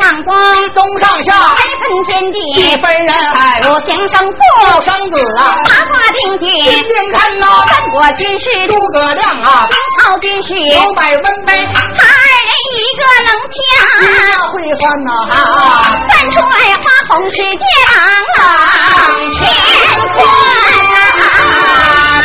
上光，中上下三分天地，一分人海，五行生六父，生子啊八，卦定局，今天看呐，三国军事，诸葛亮啊，唐朝军事，九百温杯，他二人一个能掐。那会算呐啊，翻出来花红世界朗朗乾坤啊！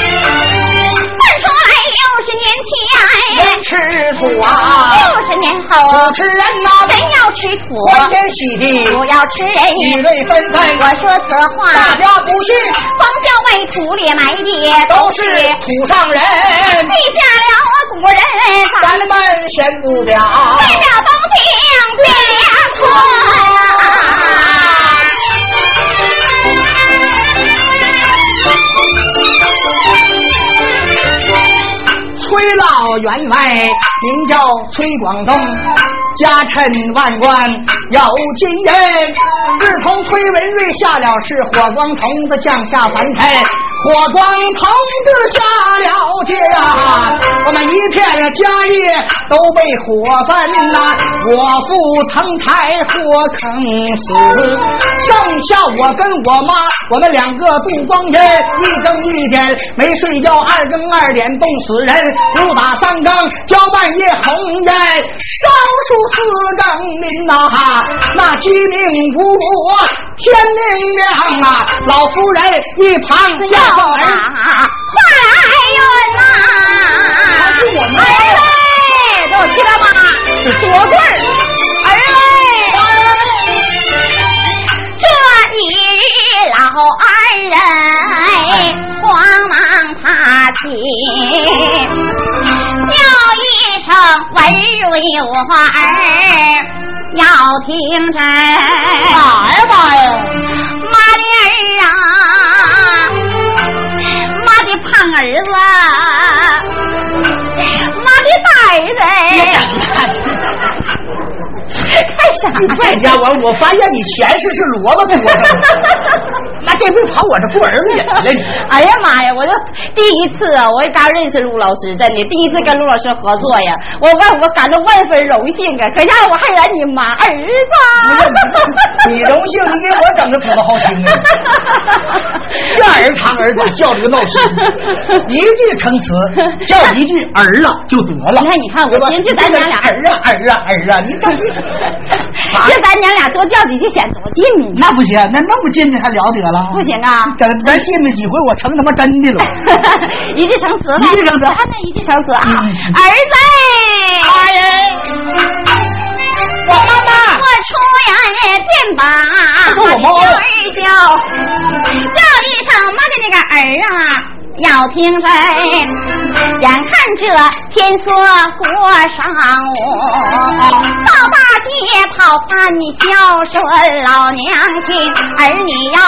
翻出来六十年人吃土前，啊，六十年后土，吃人呐，人要吃土，欢天喜地，土要吃人雨。瑞纷纷，我说此大话，家不信， 荒郊为土里埋的都是哎土上人，记哎下了我古人啊法咱们选不了。代表东京变哎村啊！崔老员外名叫崔广东，家趁万贯有金银。自从崔文瑞下了市，火光头子降下凡尘，火光头子下了界呀、我们一片家业都被火焚呐、我父腾台火坑死，剩下我跟我妈，我们两个不光阴，一更一点没睡觉，二更二点冻死人，不打三更交半夜红烟，烧出四更林呐、那鸡鸣鼓舞天明亮啊，老夫人一旁要要啊，儿。怀孕呐！是我们儿嘞，给我听到吗？左棍儿，儿嘞，这一日老二哎人慌忙爬起，叫一声文瑞我儿。要听真，来吧哟，妈的儿啊，妈的胖儿子，妈的大儿子，干啥 呢？这家伙，我发现你前世是骡子多着，妈这回跑我这过儿子瘾了，你 哎呀妈呀！我就第一次啊，我也刚认识陆老师，真的第一次跟陆老师合作呀，我万我感到万分荣幸啊！可下我还染你妈儿子，你荣幸你给我整的土豆好 听啊！这儿长儿短叫这个闹心，一句成词叫一句儿啊就得了。你看你看我对吧寻思咱娘俩儿啊儿啊儿啊，你 着急什么？啥就咱娘俩多较几句显多近呢，那不行，那那么近的还了得了？不行啊！咱咱进了几回，我成他妈真的了。 一句成词吧，一句成词看那一句成词啊！嗯儿子，我妈妈我出呀便把说我猫儿叫，叫一声妈的那个儿啊，要听谁？眼看这天色过晌午，到大街讨盼你孝顺老娘亲，儿你要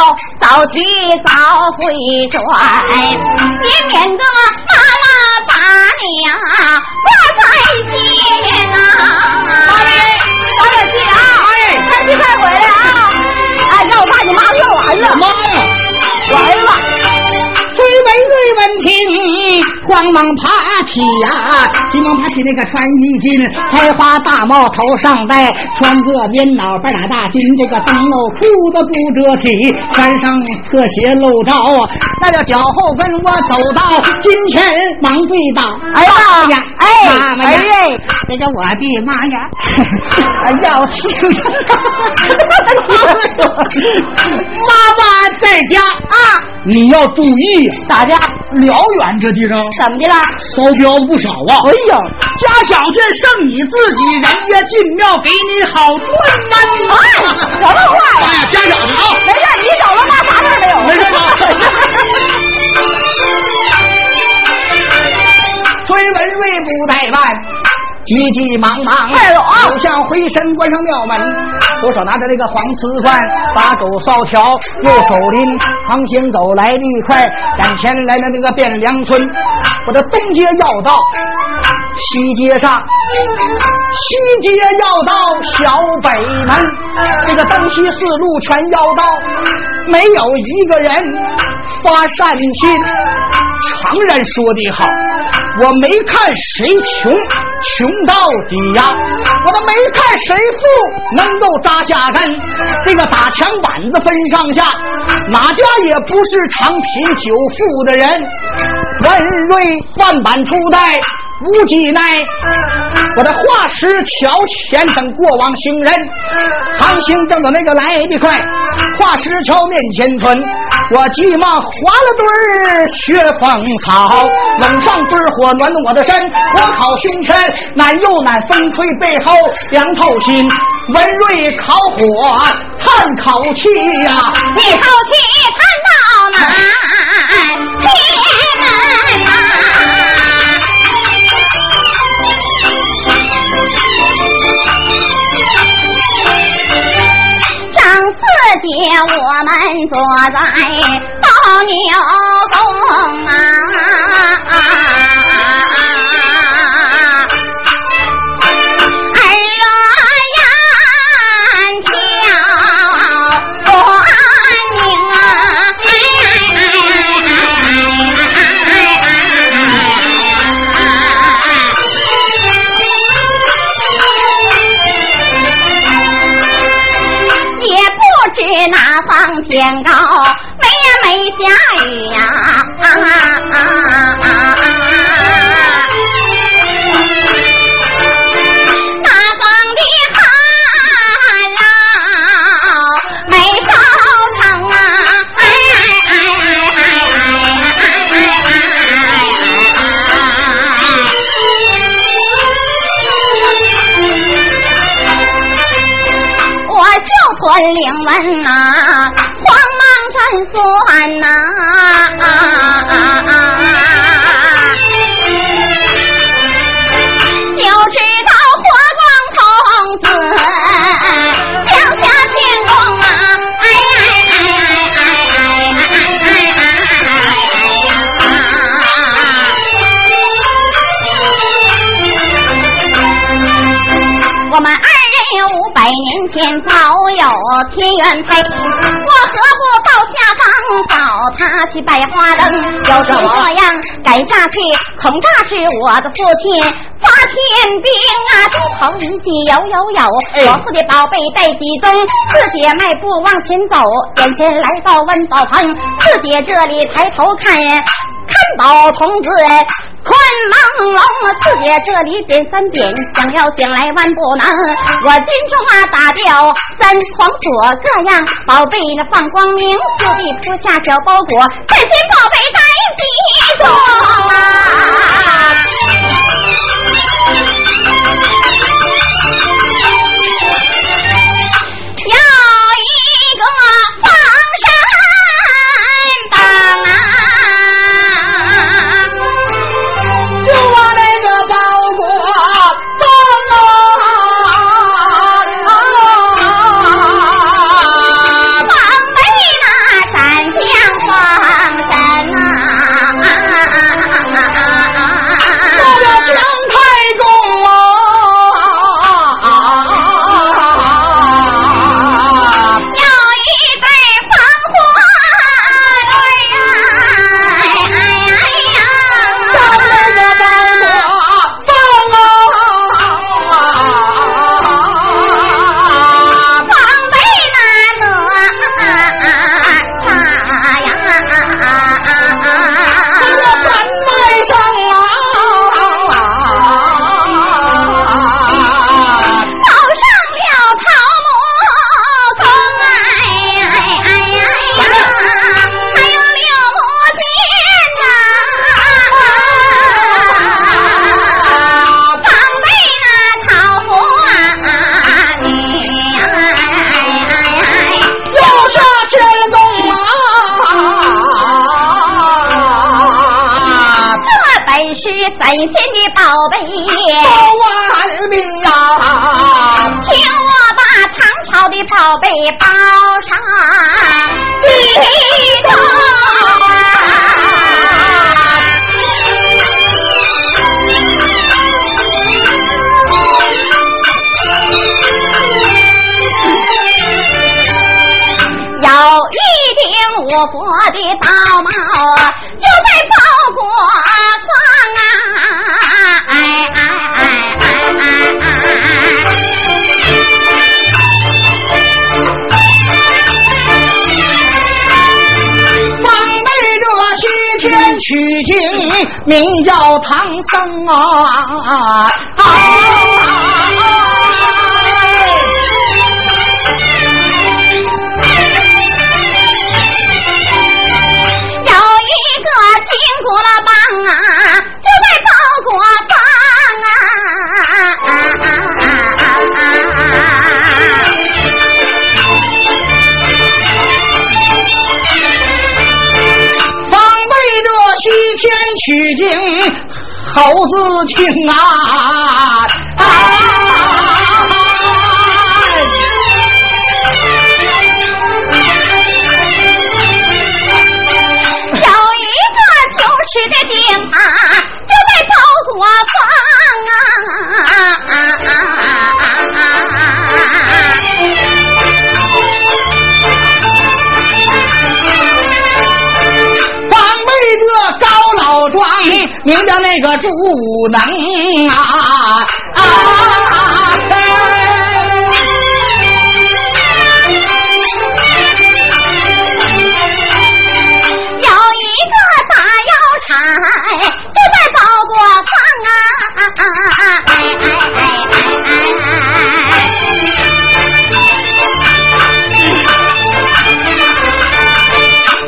早去早回转，也免得妈拉把你呀挂在心呐。咱俩去啊！哎，快去快回来啊！哎，让我爸你妈要完了，妈呀！我儿子。追闻追闻听，慌忙爬起呀、急忙爬起那个穿衣襟，开花大帽头上戴，穿个边脑半打大襟，这个裆露裤子不遮体，穿上破鞋露着，那叫脚后跟我走到金钱忙对倒，儿妈子呀，，哎，妈妈呀，儿子，这叫我的妈呀！哎呀，我听着，妈妈在家啊，你要注意呀、咋的？辽源这地方怎么的啦？烧彪子不少啊！哎呦，家小却剩你自己，人家进庙给你好顿安呐！哎什么话呀哎呀，家小的啊，没事，你走了吧，啥事儿没有？没事啊 吧？崔文瑞不怠慢，急急忙忙，快走啊走向回身，关上庙门，左手拿着那个黄瓷罐，把狗烧条，右手拎，航行走来得快，赶前来的那个汴梁村，我这东街要道，西街上，西街要道小北门，这个东西四路全要道，没有一个人发善心。常人说的好，我没看谁穷，穷到底呀、我都没看谁富，能够扎下根。这个打墙板子分上下，哪家也不是长贫久富的人。文瑞万板初代。无几奈，我的画师乔前等过往行人，唐兴正走那个来得快，画师乔面前蹲，我急忙划了堆儿雪风草，冷上堆儿火暖我的身，火烤胸身，暖又暖，风吹背后凉透心，文瑞烤火叹口气呀、你口气看到哪天门呐？张四姐，我们坐在包牛宫啊。儿鸾跳关宁啊，哎哎哎哎哎哎哎！也不知哪方天高，没呀没下雨呀、啊啊啊啊啊大风的寒浪没烧成啊！哎哎哎哎哎哎哎哎哎！我就屯领文呐、慌忙占算呐、就知道火光童子江家天宫啊，哎哎哎哎哎哎哎哎哎哎！我们二人有五百年前早有天缘配，我何不到下方找他去拜花灯？有什么这样赶下去？从这是我的父亲发天兵啊，猪头一记有有有，我父的宝贝在其中，四姐迈步往前走，眼前来到温饱棚，四姐这里抬头看。看宝童子困朦胧，四姐这里点三点，想要醒来万不能。我金钟啊打掉三黄锁，各样宝贝那放光明，四弟脱下小包裹，这些宝贝在其中啊。有一个放山榜啊，就我那个包裹中啊黄，梅那闪亮黄山到了姜啊，太公啊，有一对黄花儿啊，哎到那哎个呀！包裹中啊黄，梅那哪差呀？这个咱卖上啊。抱上了桃木弓，哎哎哎呀，还有六母剑呐，防备那桃花女，哎哎哎。要杀天公啊，这本是神仙的宝贝，包万民呀、啊，听我把唐朝的宝贝包上一段。有一顶五佛的道帽，就在包裹放啊。哎哎名叫唐僧啊。啊 有一个金箍了棒啊，就在包裹棒啊。啊防备着西天取经猴子精啊！哎啊有一个九尺的钉啊，就在包裹棒啊。防备着高老庄，名叫那个猪武能啊啊！有一个打药柴，就在包裹放啊！哎哎哎哎哎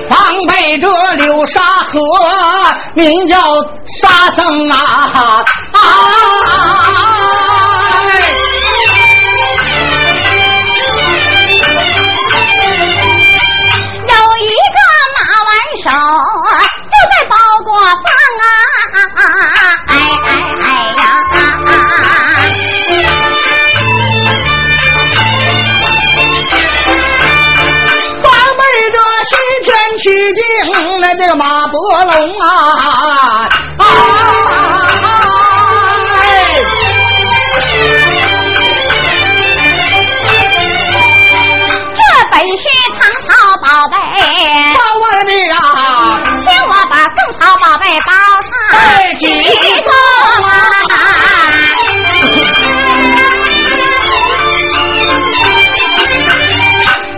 防备着流沙河，名叫沙僧啊啊！有一个马玩手，就在包裹放啊！哎哎哎呀！防备着西天取经那这个马伯龙啊啊！这本是唐朝宝贝，报万民啊！听我把宋朝宝贝包上举躬啊！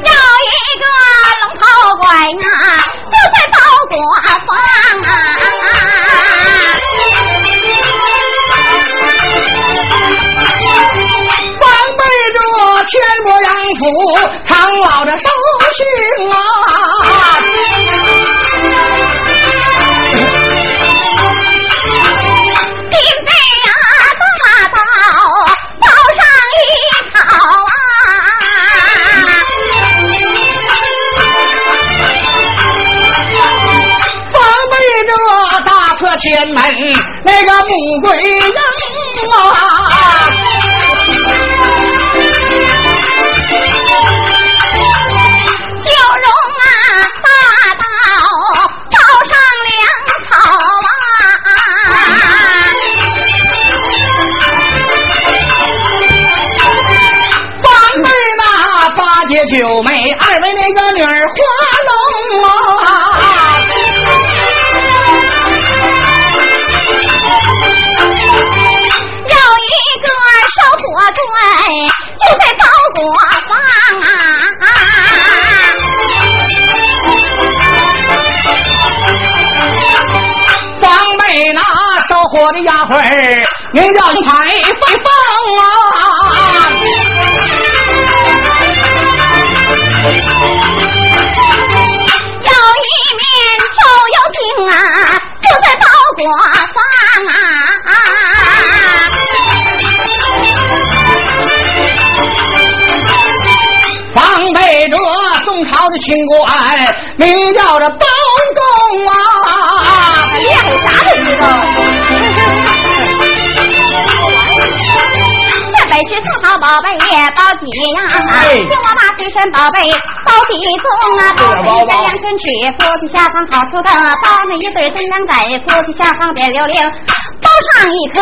有一个龙头拐啊，就在包裹放啊。防备着天国杨府常老的寿星啊！金杯啊，大刀包上一口啊，防备着大破天门那个穆桂英啊！九龙啊，大刀包上两口啊。防备那八姐九妹二位那个女儿花龙啊！有一个烧火棍，就在包裹啊放啊。防备那烧火的啊丫鬟儿，名叫牌飞凤啊！有一面瘦油瓶啊，就在包裹放啊。防备着宋朝的清官，名叫这包公啊！厉害，啥都知道。这本是宋朝宝贝也包几样啊，哎听我把随身宝贝包几重啊，包包一根包两根尺，夫妻下方好处的，包上一对真当仔，夫妻下方扁溜溜，包上一棵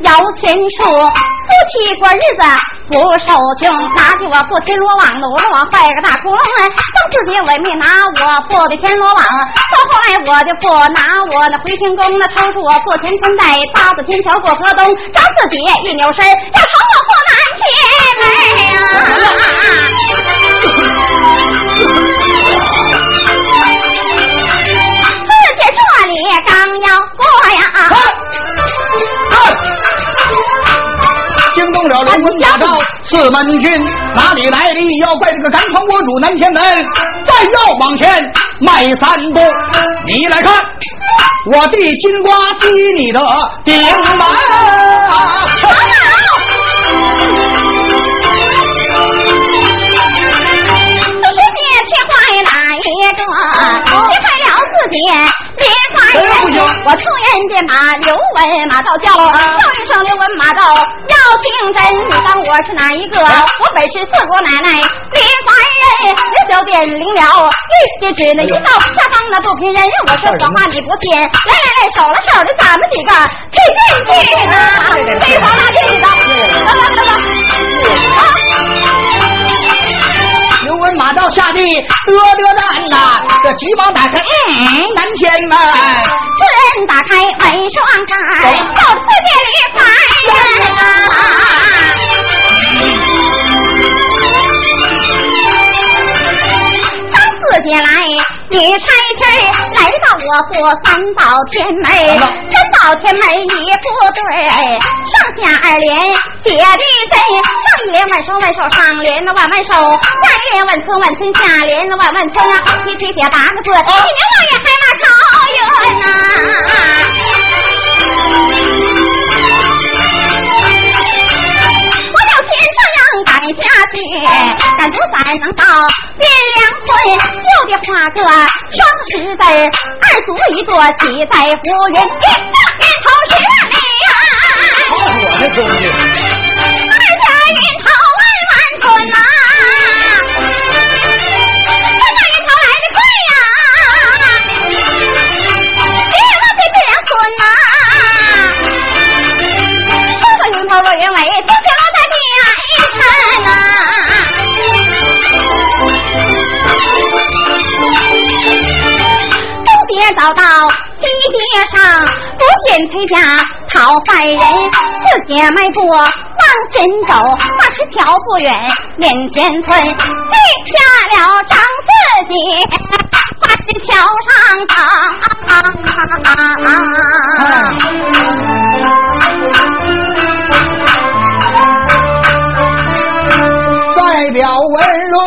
摇钱树，夫妻过日子不受穷，拿起我破天罗网，努了我坏个大窟窿啊，当自己伪命拿我破的天罗网，到后来我就破拿我那回天宫那抽出我破钱钱袋，搭着天桥过河东，找自己一扭身儿要朝我破南天门啊！自己这里刚要过呀，四万军，哪里来的？要怪这个赶场国主南天门。再要往前迈三步，你来看，我的金瓜击你的顶门。长老，祖师姐却坏哪一个？学坏了自己，别坏哎不人行。我送人家马刘文马道教，叫一声刘文马道要听真。你当我是哪一个？我本是四姑奶奶林怀人，刘小点灵了，一的指那一道下方那肚皮人。我说此话你不信，来来来，手拉手的咱们几个去进去呢，飞黄拉地的，来来来来。啊刘文马到下地得得战呐，这急忙打开，嗯，南天门。这人打开门双开，到四界里凡人啊。张四姐来，你差气儿来到我府三宝天门，三宝天门一副对儿，上下二联写的真，上一联万寿万寿，上联那万万寿，下一联万村万村，下联那万万村啊，一起写八个字，一年望月海马朝云呐、我要天上让赶下去，赶竹伞能到汴梁村，就得画个双十字儿，二足一坐骑在浮云，一丈云头十万里呀、好我的兄弟，二家云头万万村呐、三家云头来的快呀，别忘给汴梁村呐、春分迎头落云尾，东西落在地呀一沉呐。东边早到西街上，不见崔家讨饭人，四姐迈步往前走，那时瞧不远眼前村，记下了张四姐，那是桥上长。代表文瑞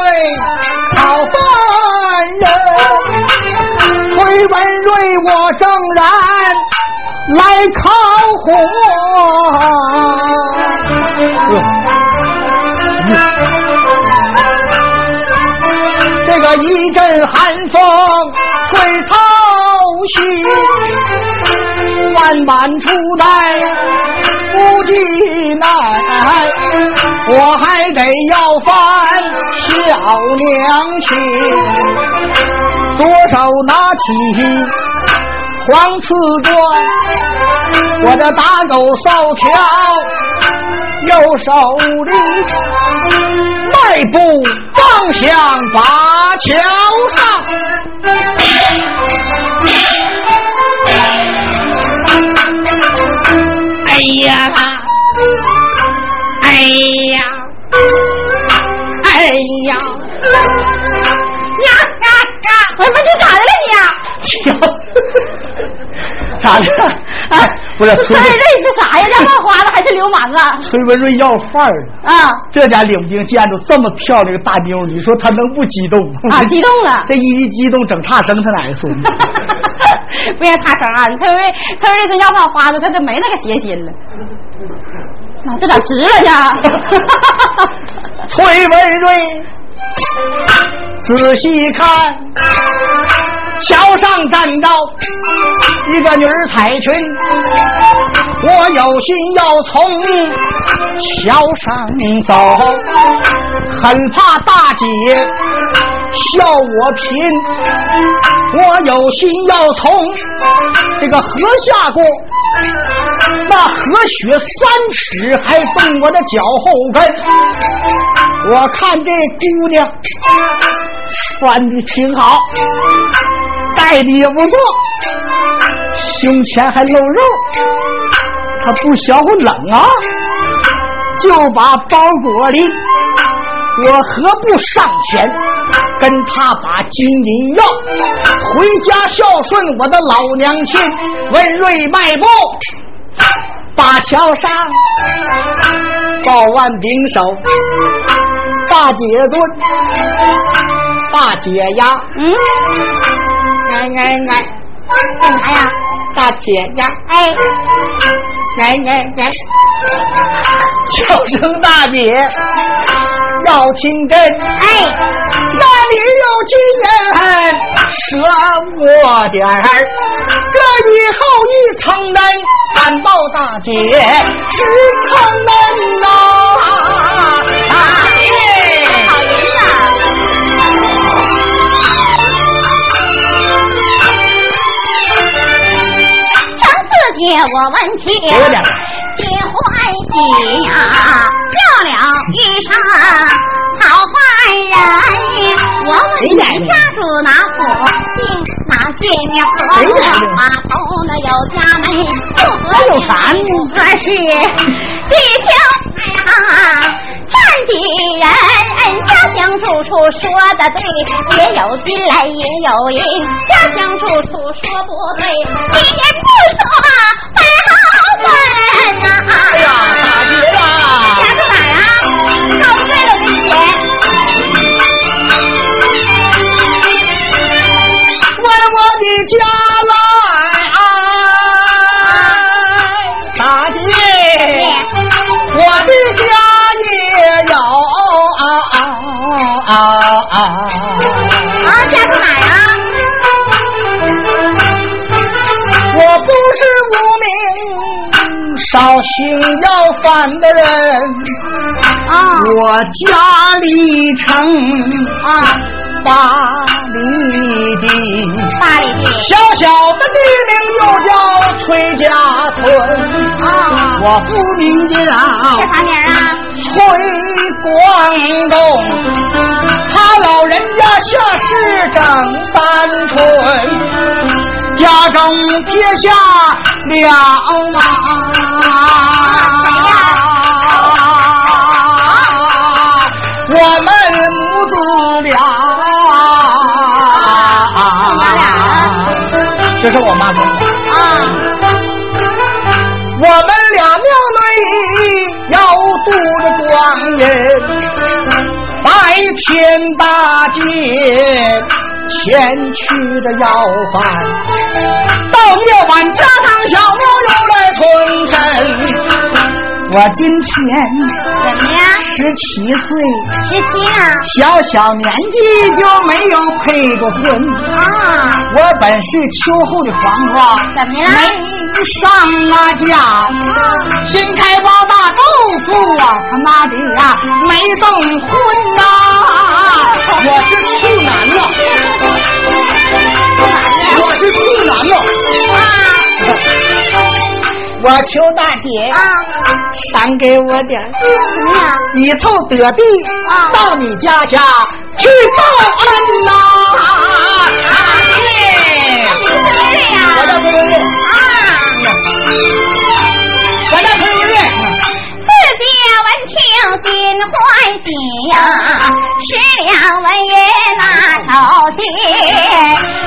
讨饭人，崔文瑞我正然来烤火。这个一阵寒风吹透心，万般出代无计奈，我还得要饭小娘亲，左手拿起黄瓷砖，我的打狗扫条右手里迈步放向拔桥上。哎呀啦！哎呀，哎呀，呀呀呀！我说你咋的了你、瞧， 咋的？哎，不是崔三瑞是啥呀？这冒花子还是流氓啊？崔文瑞要范儿呢。啊这家领兵见着这么漂亮的大妞，你说他能不激动吗？啊，激动了。 这一激动，整差生他哪说？不愿插坑啊！你崔瑞，崔瑞这要放花子，他就没那个邪心了。妈，这咋直了呢？崔文瑞，仔细看，桥上站到一个女儿彩裙，我有心要从你桥上走，很怕大姐笑我贫，我有心要从这个河下过。那河雪三尺，还蹬我的脚后跟。我看这姑娘穿的挺好，戴的也不错，胸前还露肉，她不小乎冷啊！就把包裹里，我何不上前跟她把金银要？回家孝顺我的老娘亲，温瑞迈步把桥上抱腕饼手，大姐蹲，大姐压，嗯，人人人，干啥呀？大姐压，哎，人人人，叫声大姐，要听真。哎，那里有金人舍我点儿，这以后一层担，担到大姐直撑门呐。大姐，好人呐！长四姐，我问题。给我点儿。皆欢喜呀、叫了一声好汉人。我问谁你来的家住哪府？姓哪姓呀？何谁处来的码头呢？有家门，不还合有啥呢？合适。地球啊，站地人，家乡处处说的对，也有金来也有银，家乡处处说不对，一言不说白好混呐、 哎呀，大姐呀、家住哪儿啊？闹不对了，我跟你问我的家啊 来，大姐，啊姐。我的家也有啊啊啊啊啊，家住哪儿啊？我不是无名少行要饭的人，啊我家里城啊，八里地，八里地。小小的地名就叫崔家村，啊，我父名叫这啥名儿啊？崔广东，他老人家下市整三春，家中撇下了啊妈。我们母子俩，母子俩啊这是我妈跟我。啊，我们俩庙内要度着庄人，白天大街前去的要饭，到夜晚家堂小庙又来屯身。我今天怎么呀？十七岁，十七呢？小小年纪就没有配过婚。啊，我本是秋后的黄瓜，怎么了？没上那架。新开包大豆腐啊，他妈的呀，没动荤呐、我是处男呐，我是处男呐。我求大姐啊赏给我点儿，什么呀？以后得地啊到你家下去报恩呐、啊，对，你生日呀？我叫崔文瑞，啊，我叫崔文瑞，四姐闻听心欢喜呀，十两纹银拿手心，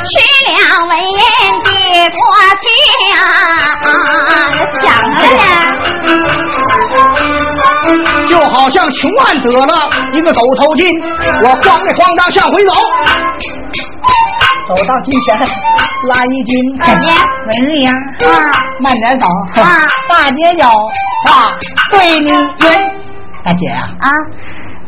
十两纹银递过去呀，抢着呢。就好像穷汉得了一个狗头金，我慌里慌张向回走，走到金前拉一斤，怎么的文瑞呀，啊慢点走啊大姐有话对你言，大姐啊，啊，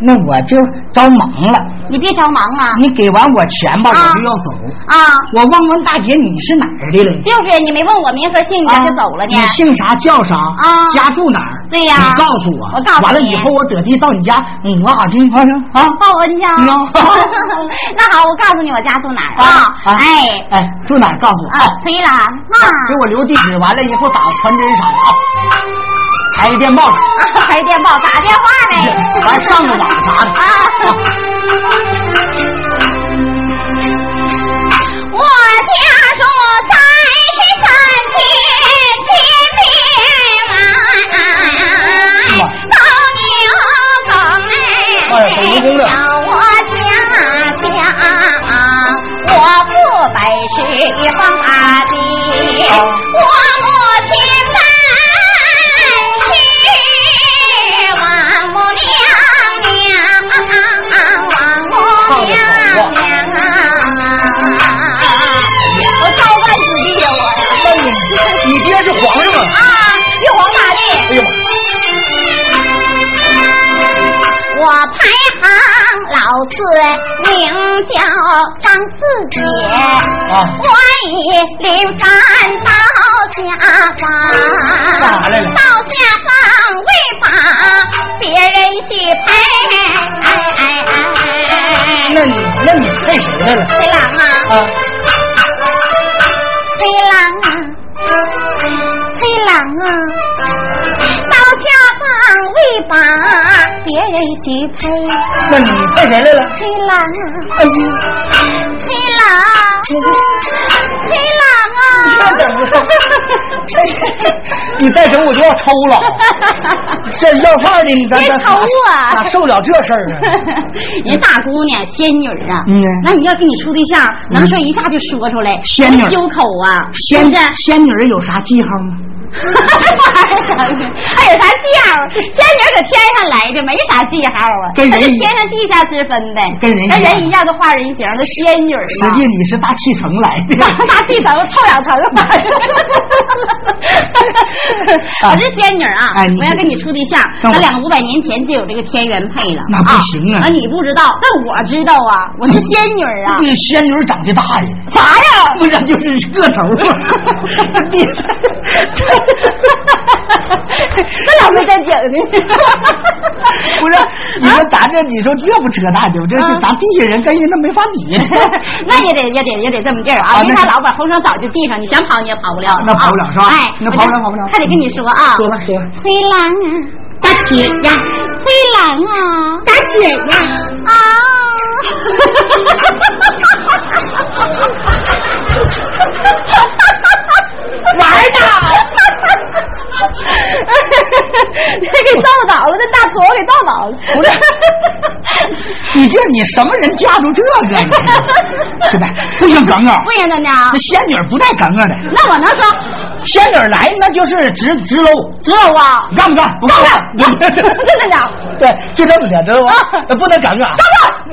那我就着忙了，你别着忙啊你给完我钱吧，啊我就要走。啊！我问问大姐你是哪儿的了？就是你没问我名和姓，你咋就走了呢啊你？姓啥叫啥？啊家住哪儿？对呀你告诉我。我告诉你完了以后，我得地到你家，嗯，我好听，好听啊。报恩去啊嗯！ 那好，我告诉你我家住哪儿啊？哎，哎，住哪儿？告诉我。啊，崔兰给啊，我留地址，完了以后打个传真啥的啊，还有电报啥的， 啊还电报打电话呗，完上个网啥的哎啊。我家住三十三天天边哇湾，啊到牛棚哎呀哎走牛棚，了到我家乡，我父本是一方阿弟，啊我母亲本是王哎啊哎行老四名叫张四姐，啊官以临山到下方，干啥来了到下方为把别人去陪。那你那你配谁来了？黑狼啊，啊，黑狼啊，黑狼啊，到下方为把别人去陪。那你配谁来了？黑狼啊，哎呀，黑狼，黑你狼啊！看整的， 你再整我就要抽 了。这要饭的，你咱咱别抽我啊咋受了这事儿啊？ 人大姑娘仙女儿啊，嗯那你要跟你处对象，能说一下就说出来，仙女儿有口啊，仙是不是？仙女儿有啥记号吗？ 还有啥记号？仙女儿搁天上来的，没啥记号啊，跟人那是一样天上地下之分呗，跟人一样跟人一样都画人形，那仙女儿实嘛。际你是大气层来的大。啊 大地头臭氧层，我是仙女儿啊！哎你我要跟你处对象，那咱我俩五百年前就有这个天缘配了。那不行啊那你不知道，但我知道啊，我是仙女儿啊！那仙女儿长得大呀，啥呀？不然就是个头啊。 你这老没正经的，不是，你说咱这，你说这不扯淡的，我这嗯咱地下人跟人那没法比。 那也得也得也得这么地儿啊！啊因为那他是老把红绳早就系上，你想跑你也跑不了啊，那跑不了是吧哎，那我跑不就了跑不了嗯还得跟你说啊，说吧说吧，黑狼啊，大姐呀，黑狼啊，大姐呀，啊！玩儿的。这给倒倒了，这大左给倒倒了。不是， 你这你什么人架住这个？你是吧？不行，耿耿，不行，真的啊。那仙女儿不带耿耿的，那我能说仙女儿来那就是直直搂，只有啊？干不干？不干，不干不是真的啊。对，就这么的，知道吗啊？那不能敢干，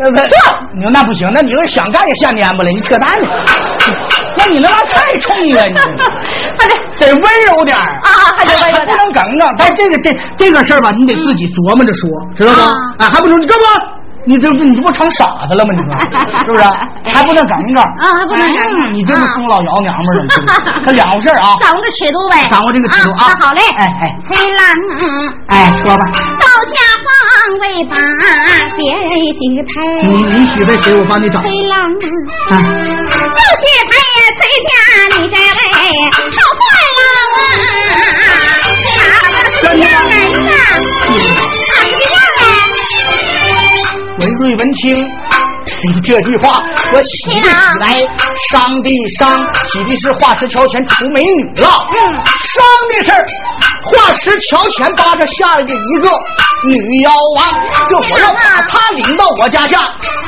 干不干，你说那不行，那你要想干也下蔫巴了，你扯淡呢？那你那玩意儿太冲了， 你还得得温柔点儿哎啊还得温柔点儿嗯还不能耿耿。但这个这这个事儿吧，你得自己琢磨着说，知道吗？啊，还不能你这不。你这不你这不成傻子了吗？你 说是不是？还不能耿耿啊还不能耿啊耿哎你这不中老姚娘们儿了你知道吗？这两回事儿 啊，掌握个尺度呗，掌握这个尺度啊那好嘞，哎哎黑狼啊，哎，说吧，到家方为把别人许配。你你许配谁？我帮你找。黑狼啊，啊，就许配崔家你这位好坏郎啊，哪个是家人呐？哪个是家人？文瑞文听这句话，我喜的喜来，伤的伤，喜的是化石桥前出美女了，嗯伤的是化石桥前扒着下来的一个女妖王，这我要把她领到我家下，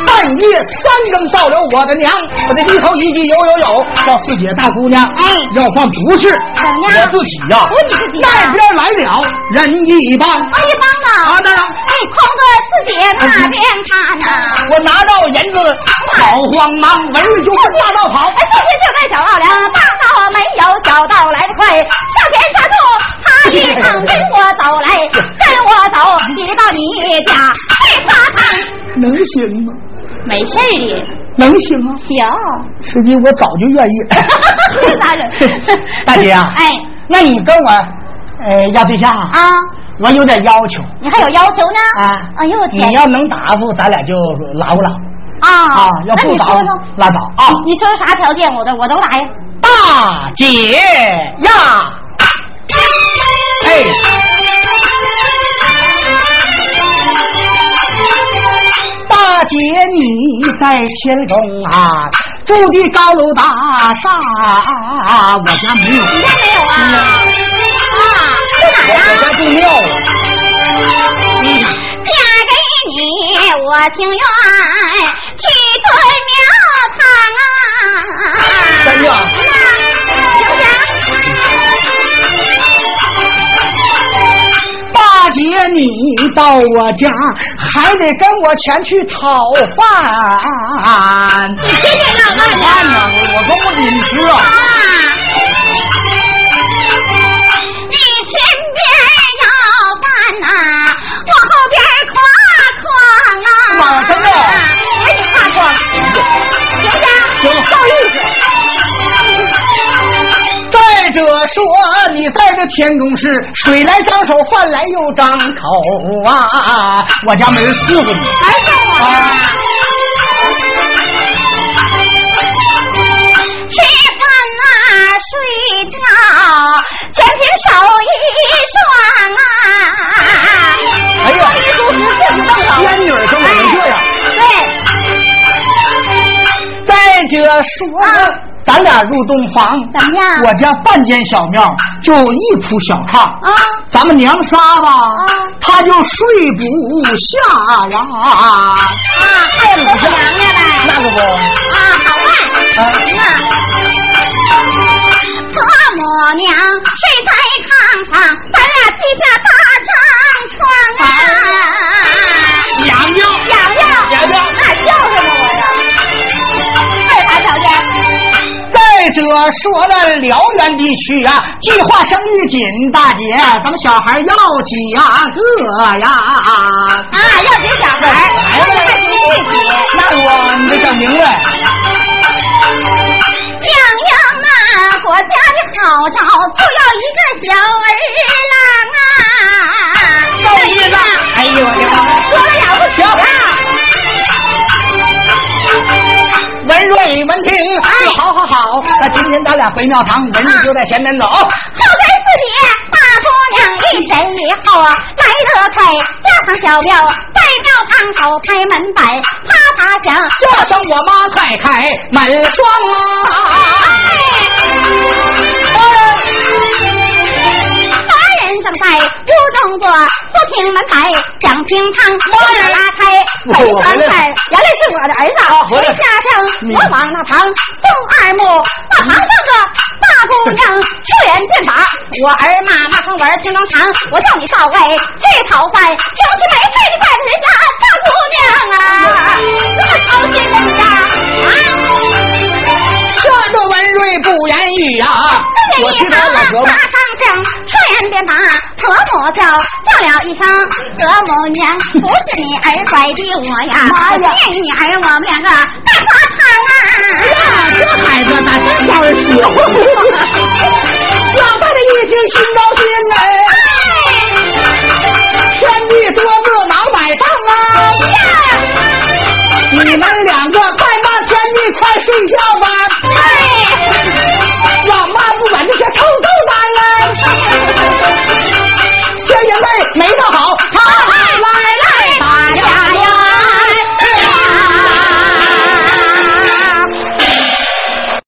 半夜三更到了我的娘，我的低头一句有有有，叫四姐大姑娘，哎要算不是么样我自己呀、不是你自己呀外边来了人一帮，哎呀，帮啊！啊，当然。哎，空哥四姐那边看呐，我拿到银子，好慌忙，文瑞就奔大道跑。哎，这天就在小道梁，大道啊没有小道来的快，上前刹住，他一趟跟我走来，跟我走，你到你家会发烫。能行吗？没事儿的，能行吗？ 行，实际我早就愿意。咋整？ 大姐啊， 哎那你跟我，呃，要对象啊，啊，我有点要求你还有要求呢？啊。哎呦我天你要能答复，咱俩就拉不拉啊啊？要那不你答说复说，拉倒啊。你你说啥条件，我都我都答应。大姐呀，哎大姐你在天宫啊，住的高楼大厦啊，我家没有，你家没有啊？啊，在哪儿啊哎我？家住庙了。嫁给你，我情愿去对庙堂啊！真的啊那行大姐，你到我家还得跟我前去讨饭。不行？你别别浪漫饭呢了，我我跟我领吃啊啊！！你前边要饭呐、我后边夸夸啊！真的别你话光，行不行够意思。再者说，你在这天宫市，水来张手，饭来又张口啊！我家没人伺候你，还够啊！吃饭啊，睡觉，全凭手艺爽啊！哎呦知足自己动手。仙女儿跟我们这样。对，再者说，咱俩入洞房，啊怎么样我家半间小庙就一铺小炕啊咱们娘仨吧，啊她就睡不下呀。啊，还有婆婆娘娘来。那可不，啊，好办。啊行啊。婆母娘睡在炕上，咱俩地下大张床啊。娘娘，洋洋，洋洋那叫什么我呀？这啥条件？再者说了，辽源地区啊，计划生育紧，大姐，咱们小孩要几呀个呀？啊，要几个小孩儿，要看你自己。那哎我你得整明白，洋洋啊，国家的好招，就要一个小儿郎啊。够意思。哎呦我的妈！说了了不起啊！文瑞文听，哎啊好好好，那今天咱俩回庙堂，文瑞就在前面走。后跟四姐，大姑娘一前一后啊，来得快。家堂小庙在庙堂口开门板，啪啪响。叫声我妈快开门双啊！哎呃八人正在屋中坐，不听门牌响乒乓，把人拉开，北我窗回来了门，哎原来是我的儿啊子，回来了家生我往那旁送二木，那旁上个大姑娘出言便把我儿妈骂成文听中堂，我叫你少尉去讨饭，就是没配的在人家大姑娘啊，这么操心人家啊。这个文瑞不言语啊，我这替一他堂老婆马吧。上正，突然便把婆母叫叫了一声：“婆母娘，不是你儿怀的我呀，我见你儿，我们两个大发堂啊！”这孩子咋这叫人说话？老太太一听心高兴哎，哎